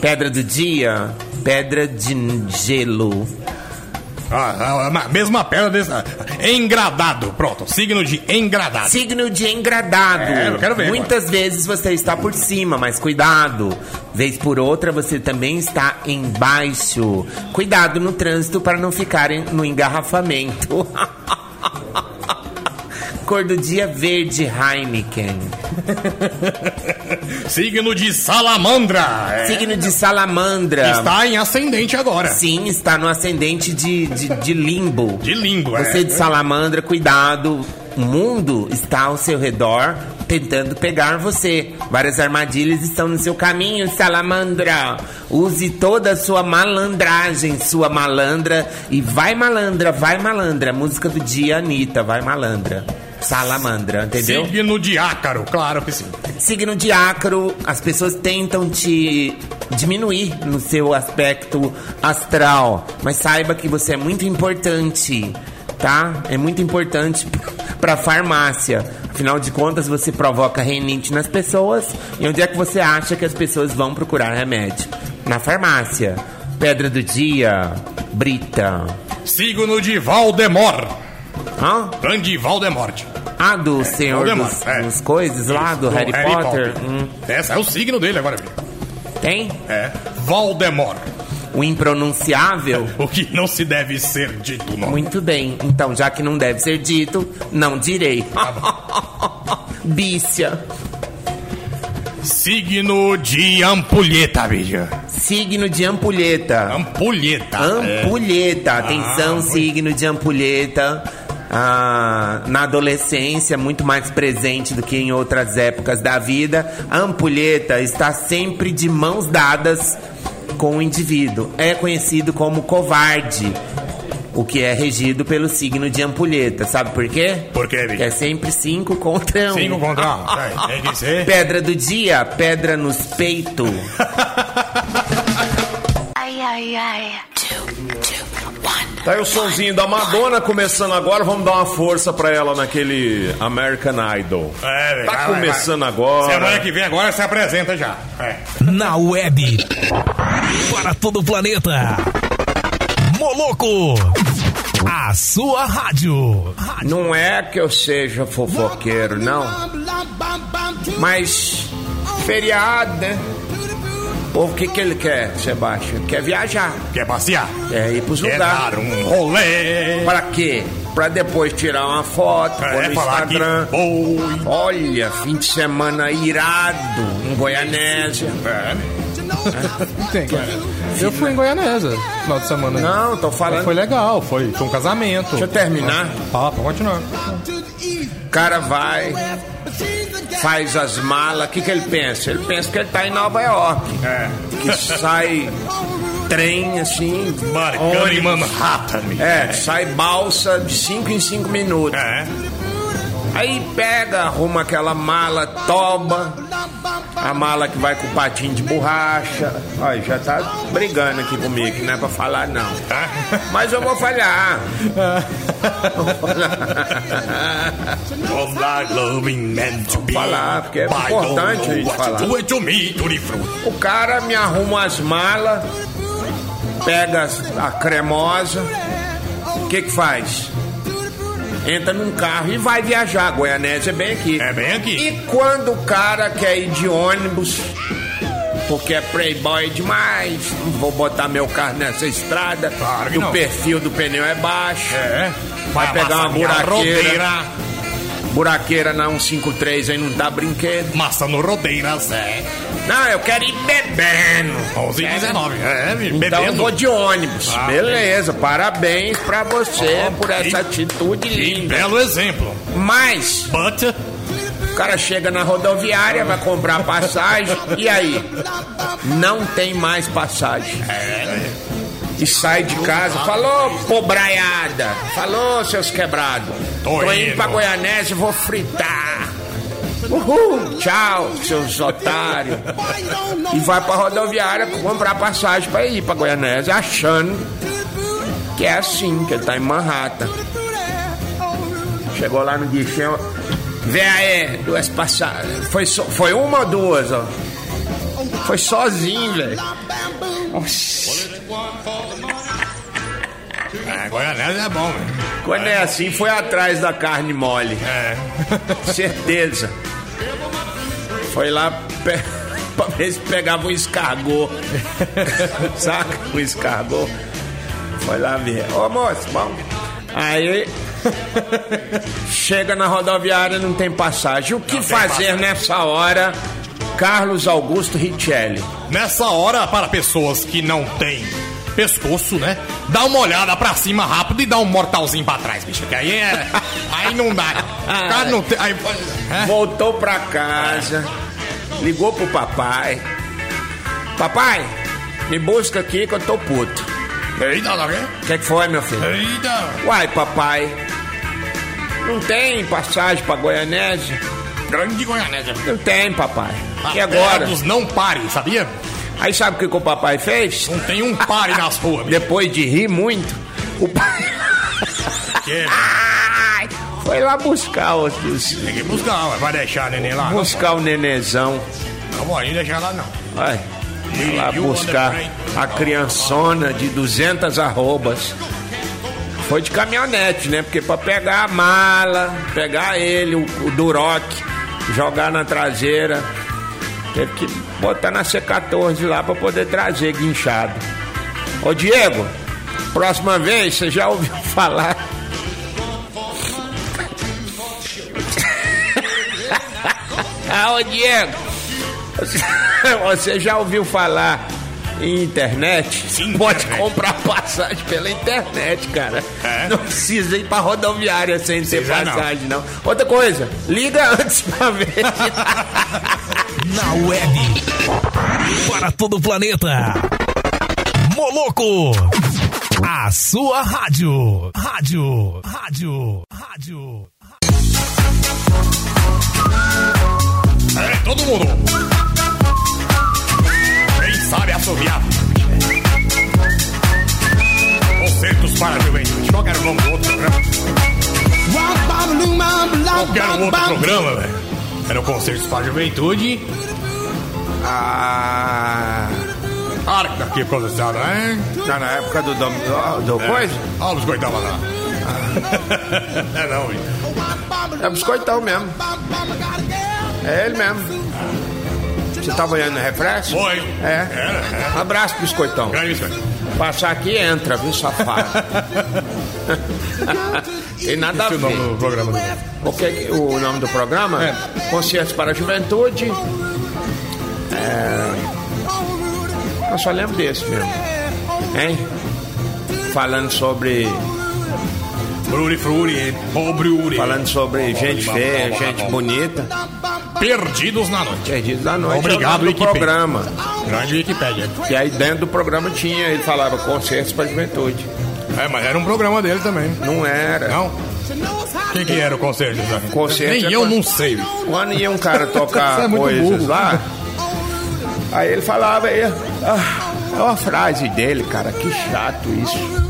Speaker 2: Pedra do dia, pedra de gelo.
Speaker 3: Ah, ah, ah, mesma pedra desse. ah, Engradado. Pronto. Signo de engradado.
Speaker 2: Signo de engradado.
Speaker 3: É, eu quero ver
Speaker 2: Muitas vezes você está por cima, mas cuidado. Vez por outra você também está embaixo. Cuidado no trânsito para não ficarem no engarrafamento. Cor do dia verde, Heineken.
Speaker 3: Signo de salamandra. É,
Speaker 2: Signo de salamandra.
Speaker 3: Está em ascendente agora.
Speaker 2: Sim, está no ascendente de, de, de limbo.
Speaker 3: De é. língua.
Speaker 2: Você de salamandra, cuidado. O mundo está ao seu redor tentando pegar você. Várias armadilhas estão no seu caminho, salamandra. Use toda a sua malandragem, sua malandra. E vai malandra, vai malandra. Música do dia, Anitta, vai malandra. Salamandra, entendeu?
Speaker 3: Signo de ácaro. Claro que sim.
Speaker 2: Signo de ácaro, as pessoas tentam te diminuir no seu aspecto astral, mas saiba que você é muito importante, tá? É muito importante pra farmácia. Afinal de contas, você provoca renite nas pessoas. E onde é que você acha que as pessoas vão procurar remédio? Na farmácia. Pedra do dia, Brita.
Speaker 3: Signo de Valdemor.
Speaker 2: Hã?
Speaker 3: Grande Valdemorte.
Speaker 2: Ah, do Senhor
Speaker 3: Valdemar,
Speaker 2: dos,
Speaker 3: é.
Speaker 2: dos Coisas lá, do, Harry, Potter. Hum,
Speaker 3: Essa é o signo dele agora. filho.
Speaker 2: tem?
Speaker 3: É. Valdemor.
Speaker 2: O impronunciável.
Speaker 3: O que não se deve ser dito, não.
Speaker 2: Muito bem, então já que não deve ser dito, não direi. Bícia,
Speaker 3: Signo de ampulheta, bicho.
Speaker 2: signo de ampulheta.
Speaker 3: Ampulheta. é.
Speaker 2: Ampulheta, atenção,
Speaker 3: Ah,
Speaker 2: signo de ampulheta. Ah, na adolescência, muito mais presente do que em outras épocas da vida, a ampulheta está sempre de mãos dadas com o indivíduo. É conhecido como covarde, o que é regido pelo signo de ampulheta. Sabe por quê?
Speaker 3: Por quê,
Speaker 2: Porque é
Speaker 3: bicho?
Speaker 2: sempre cinco contra um.
Speaker 3: Signo contra um. É, Tem que ser.
Speaker 2: Pedra do dia, pedra nos peitos.
Speaker 10: Ai, ai, ai. Two, two, one.
Speaker 6: Tá aí o sonzinho da Madonna começando agora. Vamos dar uma força pra ela naquele American Idol.
Speaker 3: É, velho,
Speaker 6: Tá
Speaker 3: vai, vai,
Speaker 6: começando
Speaker 3: vai.
Speaker 6: agora.
Speaker 3: Semana que vem agora se apresenta já. É.
Speaker 11: Na web. Para todo o planeta. Moloco. A sua rádio. rádio.
Speaker 1: Não é que eu seja fofoqueiro, não. Mas feriado, né? O povo, o que, que ele quer, Sebastião? Quer viajar.
Speaker 3: Quer passear?
Speaker 6: É
Speaker 1: Quer ir pros
Speaker 3: Quer
Speaker 1: lugares.
Speaker 3: dar um rolê?
Speaker 1: Para quê? Pra depois tirar uma foto, pôr no
Speaker 3: É, falar que
Speaker 1: Instagram.
Speaker 3: foi.
Speaker 1: Olha, fim de semana irado em Goianésia.
Speaker 3: É, né?
Speaker 4: Tem, cara. Eu fui em Goianésia no final de semana.
Speaker 1: Não, tô
Speaker 4: Mas
Speaker 1: falando.
Speaker 4: foi legal, foi, foi um casamento.
Speaker 1: Deixa eu terminar.
Speaker 4: Fala, pode continuar.
Speaker 1: O cara vai, faz as malas. O que, que ele pensa? Ele pensa que ele tá em Nova York.
Speaker 3: É.
Speaker 1: Que sai trem assim.
Speaker 3: Marcando em
Speaker 1: ônibus.
Speaker 3: Manhattan, amigo.
Speaker 1: É, sai balsa de 5 em 5 minutos.
Speaker 3: É.
Speaker 1: Aí pega, arruma aquela mala, toba. A mala que vai com o patinho de borracha. Olha, já tá brigando aqui comigo, que não é pra falar não. Tá? Mas eu vou falhar.
Speaker 3: Of the loving man to be.
Speaker 1: Falar, porque é
Speaker 3: But I don't
Speaker 1: importante
Speaker 3: know
Speaker 1: a gente
Speaker 3: what to
Speaker 1: falar.
Speaker 3: do it to me, tutti frutti.
Speaker 1: O cara me arruma as malas, pega as- a cremosa. O que que faz? Entra num carro e vai viajar. Goianésia é bem aqui.
Speaker 3: É bem aqui.
Speaker 1: E quando o cara quer ir de ônibus, porque é playboy demais, não vou botar meu carro nessa estrada,
Speaker 3: Claro que
Speaker 1: e o
Speaker 3: não.
Speaker 1: perfil do pneu é baixo,
Speaker 3: É.
Speaker 1: vai pegar uma
Speaker 3: amassar minha
Speaker 1: buraqueira,
Speaker 3: rodeira.
Speaker 1: buraqueira na 153 aí não dá brinquedo.
Speaker 3: Massa no Rodeiras, é.
Speaker 1: Não, eu quero ir bebendo.
Speaker 3: 11 e 19. É, amigo,
Speaker 1: Então eu
Speaker 3: bebendo.
Speaker 1: vou de ônibus.
Speaker 3: Ah,
Speaker 1: Beleza, parabéns pra você
Speaker 3: Ah,
Speaker 1: por essa
Speaker 3: que-
Speaker 1: atitude
Speaker 3: Que
Speaker 1: linda.
Speaker 3: belo exemplo.
Speaker 1: Mas
Speaker 3: But,
Speaker 1: O cara chega na rodoviária, vai comprar passagem, e aí? Não tem mais passagem.
Speaker 3: É,
Speaker 1: E sai de casa, falou, pobraiada, falou, seus quebrados.
Speaker 3: Tô
Speaker 1: Tô indo
Speaker 3: indo.
Speaker 1: pra Goianésia e vou fritar. Uhul, tchau, seus otários. E vai pra rodoviária comprar passagem pra ir pra Goianésia, achando que é assim, que ele tá em Manhattan. Chegou lá no guichê, ó. Vê aí, duas passadas. Foi, só- foi uma ou duas, ó. Foi sozinho, velho.
Speaker 3: é, Goianésia é bom, velho.
Speaker 1: Quando é assim, foi atrás da carne mole.
Speaker 3: É.
Speaker 1: Certeza. Foi lá pe- pra ver se pegava um escargot. Saca? Um escargot. Foi lá ver. Ô moço, bom. Aí. Chega na rodoviária não tem passagem. O que
Speaker 3: Não tem
Speaker 1: fazer
Speaker 3: passagem.
Speaker 1: nessa hora, Carlos Augusto Richelli?
Speaker 3: Nessa hora, para pessoas que não têm pescoço, né? Dá uma olhada pra cima rápido e dá um mortalzinho pra trás, bicho. Que aí é. Aí não dá. O cara não tem. Aí, é.
Speaker 1: Voltou pra casa, ligou pro papai. Papai, me busca aqui que eu tô puto.
Speaker 3: Eita, tá vendo?
Speaker 1: O que, que foi, meu filho?
Speaker 3: Eita.
Speaker 1: Uai, papai, não tem passagem pra Goianésia?
Speaker 3: Grande Goianésia.
Speaker 1: Não tem, papai.
Speaker 3: A
Speaker 1: E
Speaker 3: terra
Speaker 1: agora?
Speaker 3: dos Ah, não pare, sabia?
Speaker 1: Aí sabe o que, que o papai fez?
Speaker 3: Não tem um pare nas ruas, bicho.
Speaker 1: Depois de rir muito, o pai
Speaker 3: Que-
Speaker 1: foi lá buscar, os, os-
Speaker 3: Tem que buscar, ué. vai deixar o neném lá.
Speaker 1: buscar o nenezão.
Speaker 3: Não vou aí deixar lá, não.
Speaker 1: Vai vai lá buscar a criançona de 200 arrobas. Foi de caminhonete, né? Porque pra pegar a mala, pegar ele, o, o Duroc, jogar na traseira, teve que botar na C14 lá pra poder trazer guinchado. Ô Diego, próxima vez você já ouviu falar. ah, ô Diego, você já ouviu falar em internet?
Speaker 3: Sim,
Speaker 1: Pode
Speaker 3: internet.
Speaker 1: comprar passagem pela internet, cara.
Speaker 3: É?
Speaker 1: Não precisa ir pra rodoviária sem ter
Speaker 3: Precisa não.
Speaker 1: passagem, não. Outra coisa, liga antes pra ver.
Speaker 11: Na web. Para todo o planeta. Moloco. A sua rádio. Rádio. Rádio. Rádio.
Speaker 3: É, todo mundo. Quem sabe assoviar. Concertos para a juventude. Qual que era o nome do outro programa? Qual que era o outro programa, velho? Era o Concertos para a Juventude.
Speaker 1: Ah,
Speaker 3: Arca aqui processado, hein?
Speaker 1: tá na época do, dom, do,
Speaker 3: É.
Speaker 1: do coisa?
Speaker 3: Olha os coitados lá. é não, bicho.
Speaker 1: É biscoitão mesmo. É ele mesmo. Você tava olhando no refresco?
Speaker 3: Foi.
Speaker 1: É.
Speaker 3: Era,
Speaker 1: Abraço, biscoitão.
Speaker 3: é. Grande biscoito.
Speaker 1: Passar aqui entra, viu, safado?
Speaker 6: Tem nada a
Speaker 3: Esse é
Speaker 6: ver.
Speaker 3: o nome do programa dele.
Speaker 6: O, que que- o nome do programa?
Speaker 3: É.
Speaker 6: Concertos para a Juventude. É... Eu só lembro desse mesmo. Hein? Falando sobre.
Speaker 3: Bruri Fruri, hein? Ô, Bruri.
Speaker 6: Falando sobre gente feia, gente bonita.
Speaker 3: Perdidos na noite.
Speaker 6: Perdido da noite. é o
Speaker 3: Obrigado,
Speaker 6: nome do
Speaker 3: Wikipedia.
Speaker 6: programa.
Speaker 3: Grande Wikipédia.
Speaker 6: E aí dentro do programa tinha, ele falava concertos para a juventude.
Speaker 3: É, mas era um programa dele também.
Speaker 6: Não era.
Speaker 3: Não? Quem que era o conselho, Zé?
Speaker 6: Conselho
Speaker 3: Nem
Speaker 6: é
Speaker 3: eu
Speaker 6: quando-
Speaker 3: não sei.
Speaker 6: Quando ia um cara
Speaker 3: Você
Speaker 6: tocar
Speaker 3: é muito
Speaker 6: coisas
Speaker 3: burro.
Speaker 6: lá, aí ele falava, aí, ah, é uma frase dele, cara, que chato isso.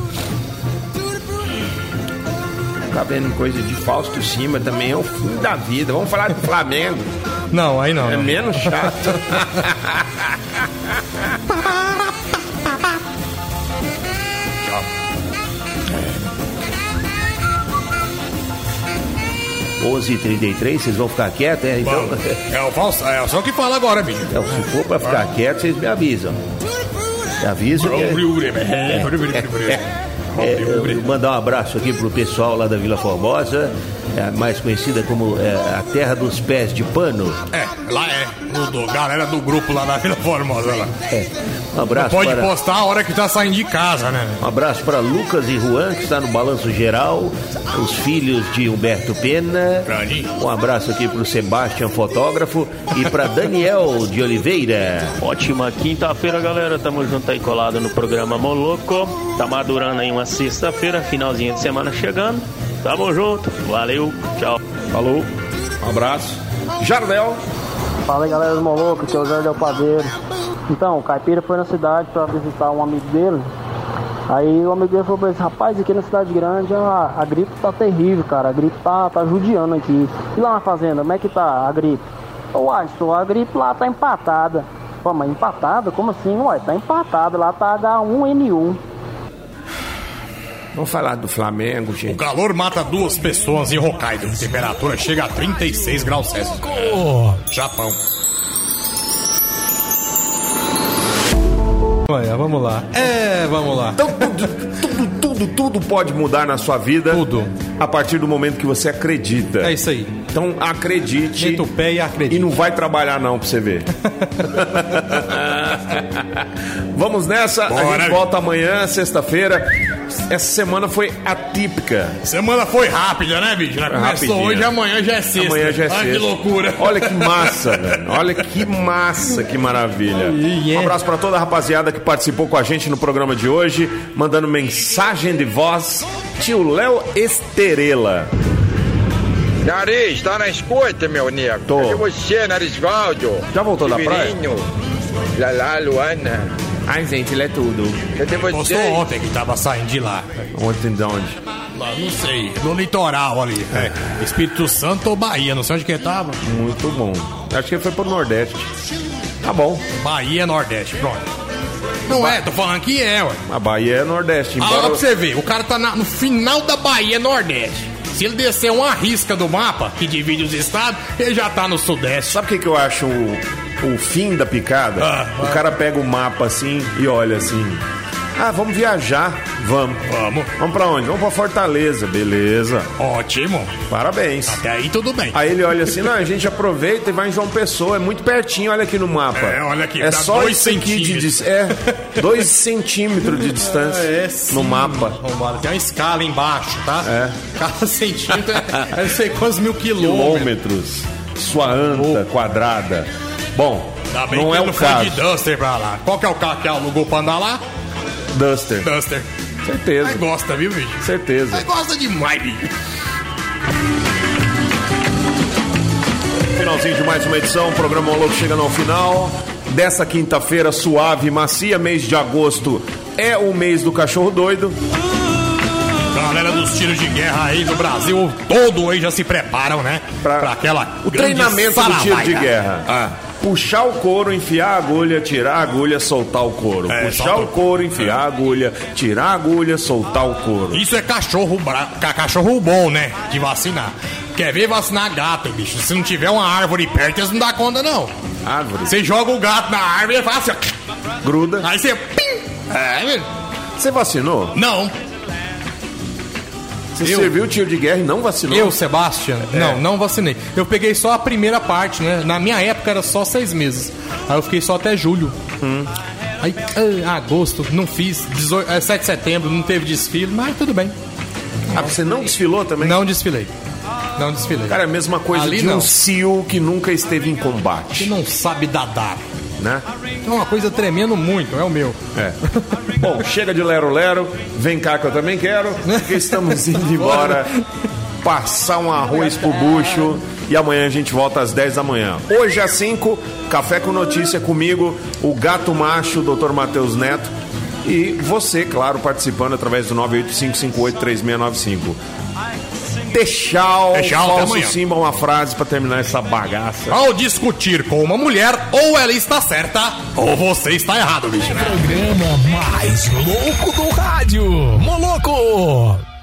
Speaker 6: Tá vendo coisa de Fausto Cima também, é o fim da vida. Vamos falar do Flamengo,
Speaker 4: Não, aí não.
Speaker 6: é
Speaker 4: não.
Speaker 6: menos chato.
Speaker 12: e 33 vocês vão ficar quietos, é? Então,
Speaker 3: Bom, é o falso. É só o que fala agora, bicho.
Speaker 12: é, se for pra ficar quieto, vocês me avisam. Me avisam. que-
Speaker 3: Bruri, é, Bruri, Bruri, Bruri.
Speaker 12: É,
Speaker 3: Bruri,
Speaker 12: eu
Speaker 3: Bruri.
Speaker 12: vou mandar um abraço aqui pro pessoal lá da Vila Formosa, é, mais conhecida como é, a terra dos pés de pano.
Speaker 3: É, lá é. O do, galera do grupo lá da Vila Formosa lá.
Speaker 12: Um abraço
Speaker 3: Pode
Speaker 12: para...
Speaker 3: postar a hora que tá saindo de casa, né?
Speaker 12: Um abraço para Lucas e Juan, que está no Balanço Geral, os filhos de Humberto Pena.
Speaker 3: Grande.
Speaker 12: Um abraço aqui para o Sebastian, fotógrafo, e para Daniel de Oliveira.
Speaker 7: Ótima quinta-feira, galera. Tamo junto aí colado no programa Moloco. Tá madurando aí uma sexta-feira, finalzinho de semana chegando. Tamo junto. Valeu. Tchau.
Speaker 1: Falou. Um abraço. Jardel.
Speaker 10: Fala aí galera do Moloco, que é o Jorge Del Padeiro. Então, o Caipira foi na cidade pra visitar um amigo dele. Aí o amigo dele falou pra ele, assim, rapaz, aqui na cidade grande a, a gripe tá terrível, cara. A gripe tá, tá judiando aqui. E lá na fazenda, como é que tá a gripe? Ô Aston, a gripe lá tá empatada. Pô, mas empatada? Como assim? Ué, tá empatada, lá tá H1N1.
Speaker 6: Vamos falar do Flamengo,
Speaker 3: O
Speaker 6: gente.
Speaker 3: calor mata duas pessoas em Hokkaido. Temperatura chega a 36 graus Celsius. Japão.
Speaker 4: Olha, vamos lá. É, vamos lá.
Speaker 1: Então tudo, tudo, tudo, tudo pode mudar na sua vida.
Speaker 4: Tudo.
Speaker 1: A partir do momento que você acredita.
Speaker 4: É isso aí.
Speaker 1: Então acredite.
Speaker 4: Meta o pé e acredite.
Speaker 1: E não vai trabalhar não pra você ver. Vamos nessa. A
Speaker 3: Bora.
Speaker 1: gente volta amanhã, sexta-feira. Essa semana foi atípica.
Speaker 3: Semana foi rápida, né, bicho? Já começou
Speaker 1: rapidinho.
Speaker 3: hoje, amanhã já é sexta.
Speaker 1: Amanhã já é
Speaker 3: Olha
Speaker 1: sexta.
Speaker 3: que loucura.
Speaker 1: Olha que massa, velho. Olha que massa, que maravilha. Um abraço pra toda a rapaziada que participou com a gente no programa de hoje, mandando mensagem de voz. Tio Léo Esterela.
Speaker 10: Gari, está na escuta, meu nego.
Speaker 1: Tô. Cadê
Speaker 10: você, Narisvaldo?
Speaker 1: Já voltou da praia?
Speaker 10: Lala, Luana.
Speaker 6: Ai, gente, ele é tudo.
Speaker 10: Cadê
Speaker 3: Postou ontem que tava saindo de lá.
Speaker 1: Ontem de onde?
Speaker 3: Lá, não sei. No litoral ali. É. Espírito Santo ou Bahia, não sei onde que tava.
Speaker 1: Muito bom. Acho que ele foi pro Nordeste. Tá bom.
Speaker 3: Bahia, Nordeste, pronto. Não é, tô falando que é, ué.
Speaker 1: A Bahia é Nordeste.
Speaker 3: Agora
Speaker 1: Embora...
Speaker 3: pra você ver, o cara tá na- no final da Bahia, Nordeste. Se ele descer uma risca do mapa, que divide os estados, ele já tá no Sudeste.
Speaker 1: Sabe o que, que eu acho o, o fim da picada?
Speaker 3: Ah,
Speaker 1: o cara pega o mapa assim e olha assim. Ah, vamos viajar. Vamos.
Speaker 3: Vamos.
Speaker 1: Vamos pra onde? Vamos pra Fortaleza. Beleza.
Speaker 3: Ótimo.
Speaker 1: Parabéns.
Speaker 3: Até aí tudo bem.
Speaker 1: Aí ele olha assim, não, a gente aproveita e vai em João Pessoa, é muito pertinho, olha aqui no mapa.
Speaker 3: É, olha aqui,
Speaker 1: é
Speaker 3: dá
Speaker 1: só
Speaker 3: dois
Speaker 1: isso aqui de
Speaker 3: centímetros.
Speaker 1: dis- é, dois centímetros de distância
Speaker 4: É,
Speaker 1: no mapa.
Speaker 4: Arrombado. Tem uma escala embaixo, tá? É. Cada centímetro é, é não sei quantos mil quilômetros.
Speaker 1: Quilômetros, sua anta quadrada. Bom,
Speaker 3: Ainda bem
Speaker 1: não
Speaker 3: que
Speaker 1: é
Speaker 3: ele
Speaker 1: o
Speaker 3: não foi de
Speaker 1: caso.
Speaker 3: Duster pra lá. Qual que é o carro que alugou pra andar lá?
Speaker 1: Duster,
Speaker 3: Duster. Aí
Speaker 1: certeza,
Speaker 3: gosta, viu, bicho?
Speaker 1: certeza.
Speaker 3: Aí gosta demais, bicho.
Speaker 1: Finalzinho de mais uma edição, o programa O Louco chegando ao final. Dessa quinta-feira suave, macia, mês de agosto é o mês do cachorro doido.
Speaker 3: Galera dos tiros de guerra aí do Brasil todo aí já se preparam, né? Pra, aquela.
Speaker 1: O
Speaker 3: grande
Speaker 1: treinamento do tiro de
Speaker 3: saravaiga.
Speaker 1: guerra. Puxar o couro, enfiar a agulha, tirar a agulha, soltar o couro.
Speaker 3: É,
Speaker 1: Puxar
Speaker 3: solta o-
Speaker 1: o couro, enfiar a agulha, tirar a agulha, soltar o couro.
Speaker 3: Isso é cachorro bra... ca- cachorro bom, né? De vacinar. Quer ver vacinar gato, bicho? Se não tiver uma árvore perto, eles não dá conta, não.
Speaker 1: Árvore.
Speaker 3: Você joga o gato na árvore e ele faz assim, ó.
Speaker 1: Gruda.
Speaker 3: Aí né? você. pim! É, velho.
Speaker 1: Você vacinou?
Speaker 3: Não.
Speaker 1: Você serviu o tiro de guerra e não É. vacilou?
Speaker 4: Eu, Sebastian? Não, não vacinei. Eu peguei só a primeira parte, né? Na minha época era só seis meses. Aí eu fiquei só até julho.
Speaker 1: Hum.
Speaker 4: Aí, ah, agosto, não fiz. 18, é, 7 de setembro, não teve desfile, mas tudo bem.
Speaker 1: Ah, você não desfilou também?
Speaker 4: Não desfilei. Não desfilei.
Speaker 1: Cara, é a mesma coisa
Speaker 4: Ali
Speaker 1: de
Speaker 4: não.
Speaker 1: um SEAL que nunca esteve em combate,
Speaker 4: que não sabe dadar.
Speaker 1: né?
Speaker 4: É uma coisa tremendo muito, é o meu.
Speaker 1: É. Bom, chega de Lero Lero, vem cá que eu também quero, porque estamos indo embora passar um arroz pro bucho e amanhã a gente volta às 10 da manhã. Hoje às 5, café com notícia comigo, o gato macho, Dr. Matheus Neto. E você, claro, participando através do 985583695. Tchau,
Speaker 3: Tchau, até
Speaker 1: falso
Speaker 3: amanhã.
Speaker 1: Simba, uma frase pra terminar essa bagaça.
Speaker 3: Ao discutir com uma mulher, ou ela está certa, ou você está errado, bicho. né?
Speaker 13: Programa mais louco do rádio. Moloco!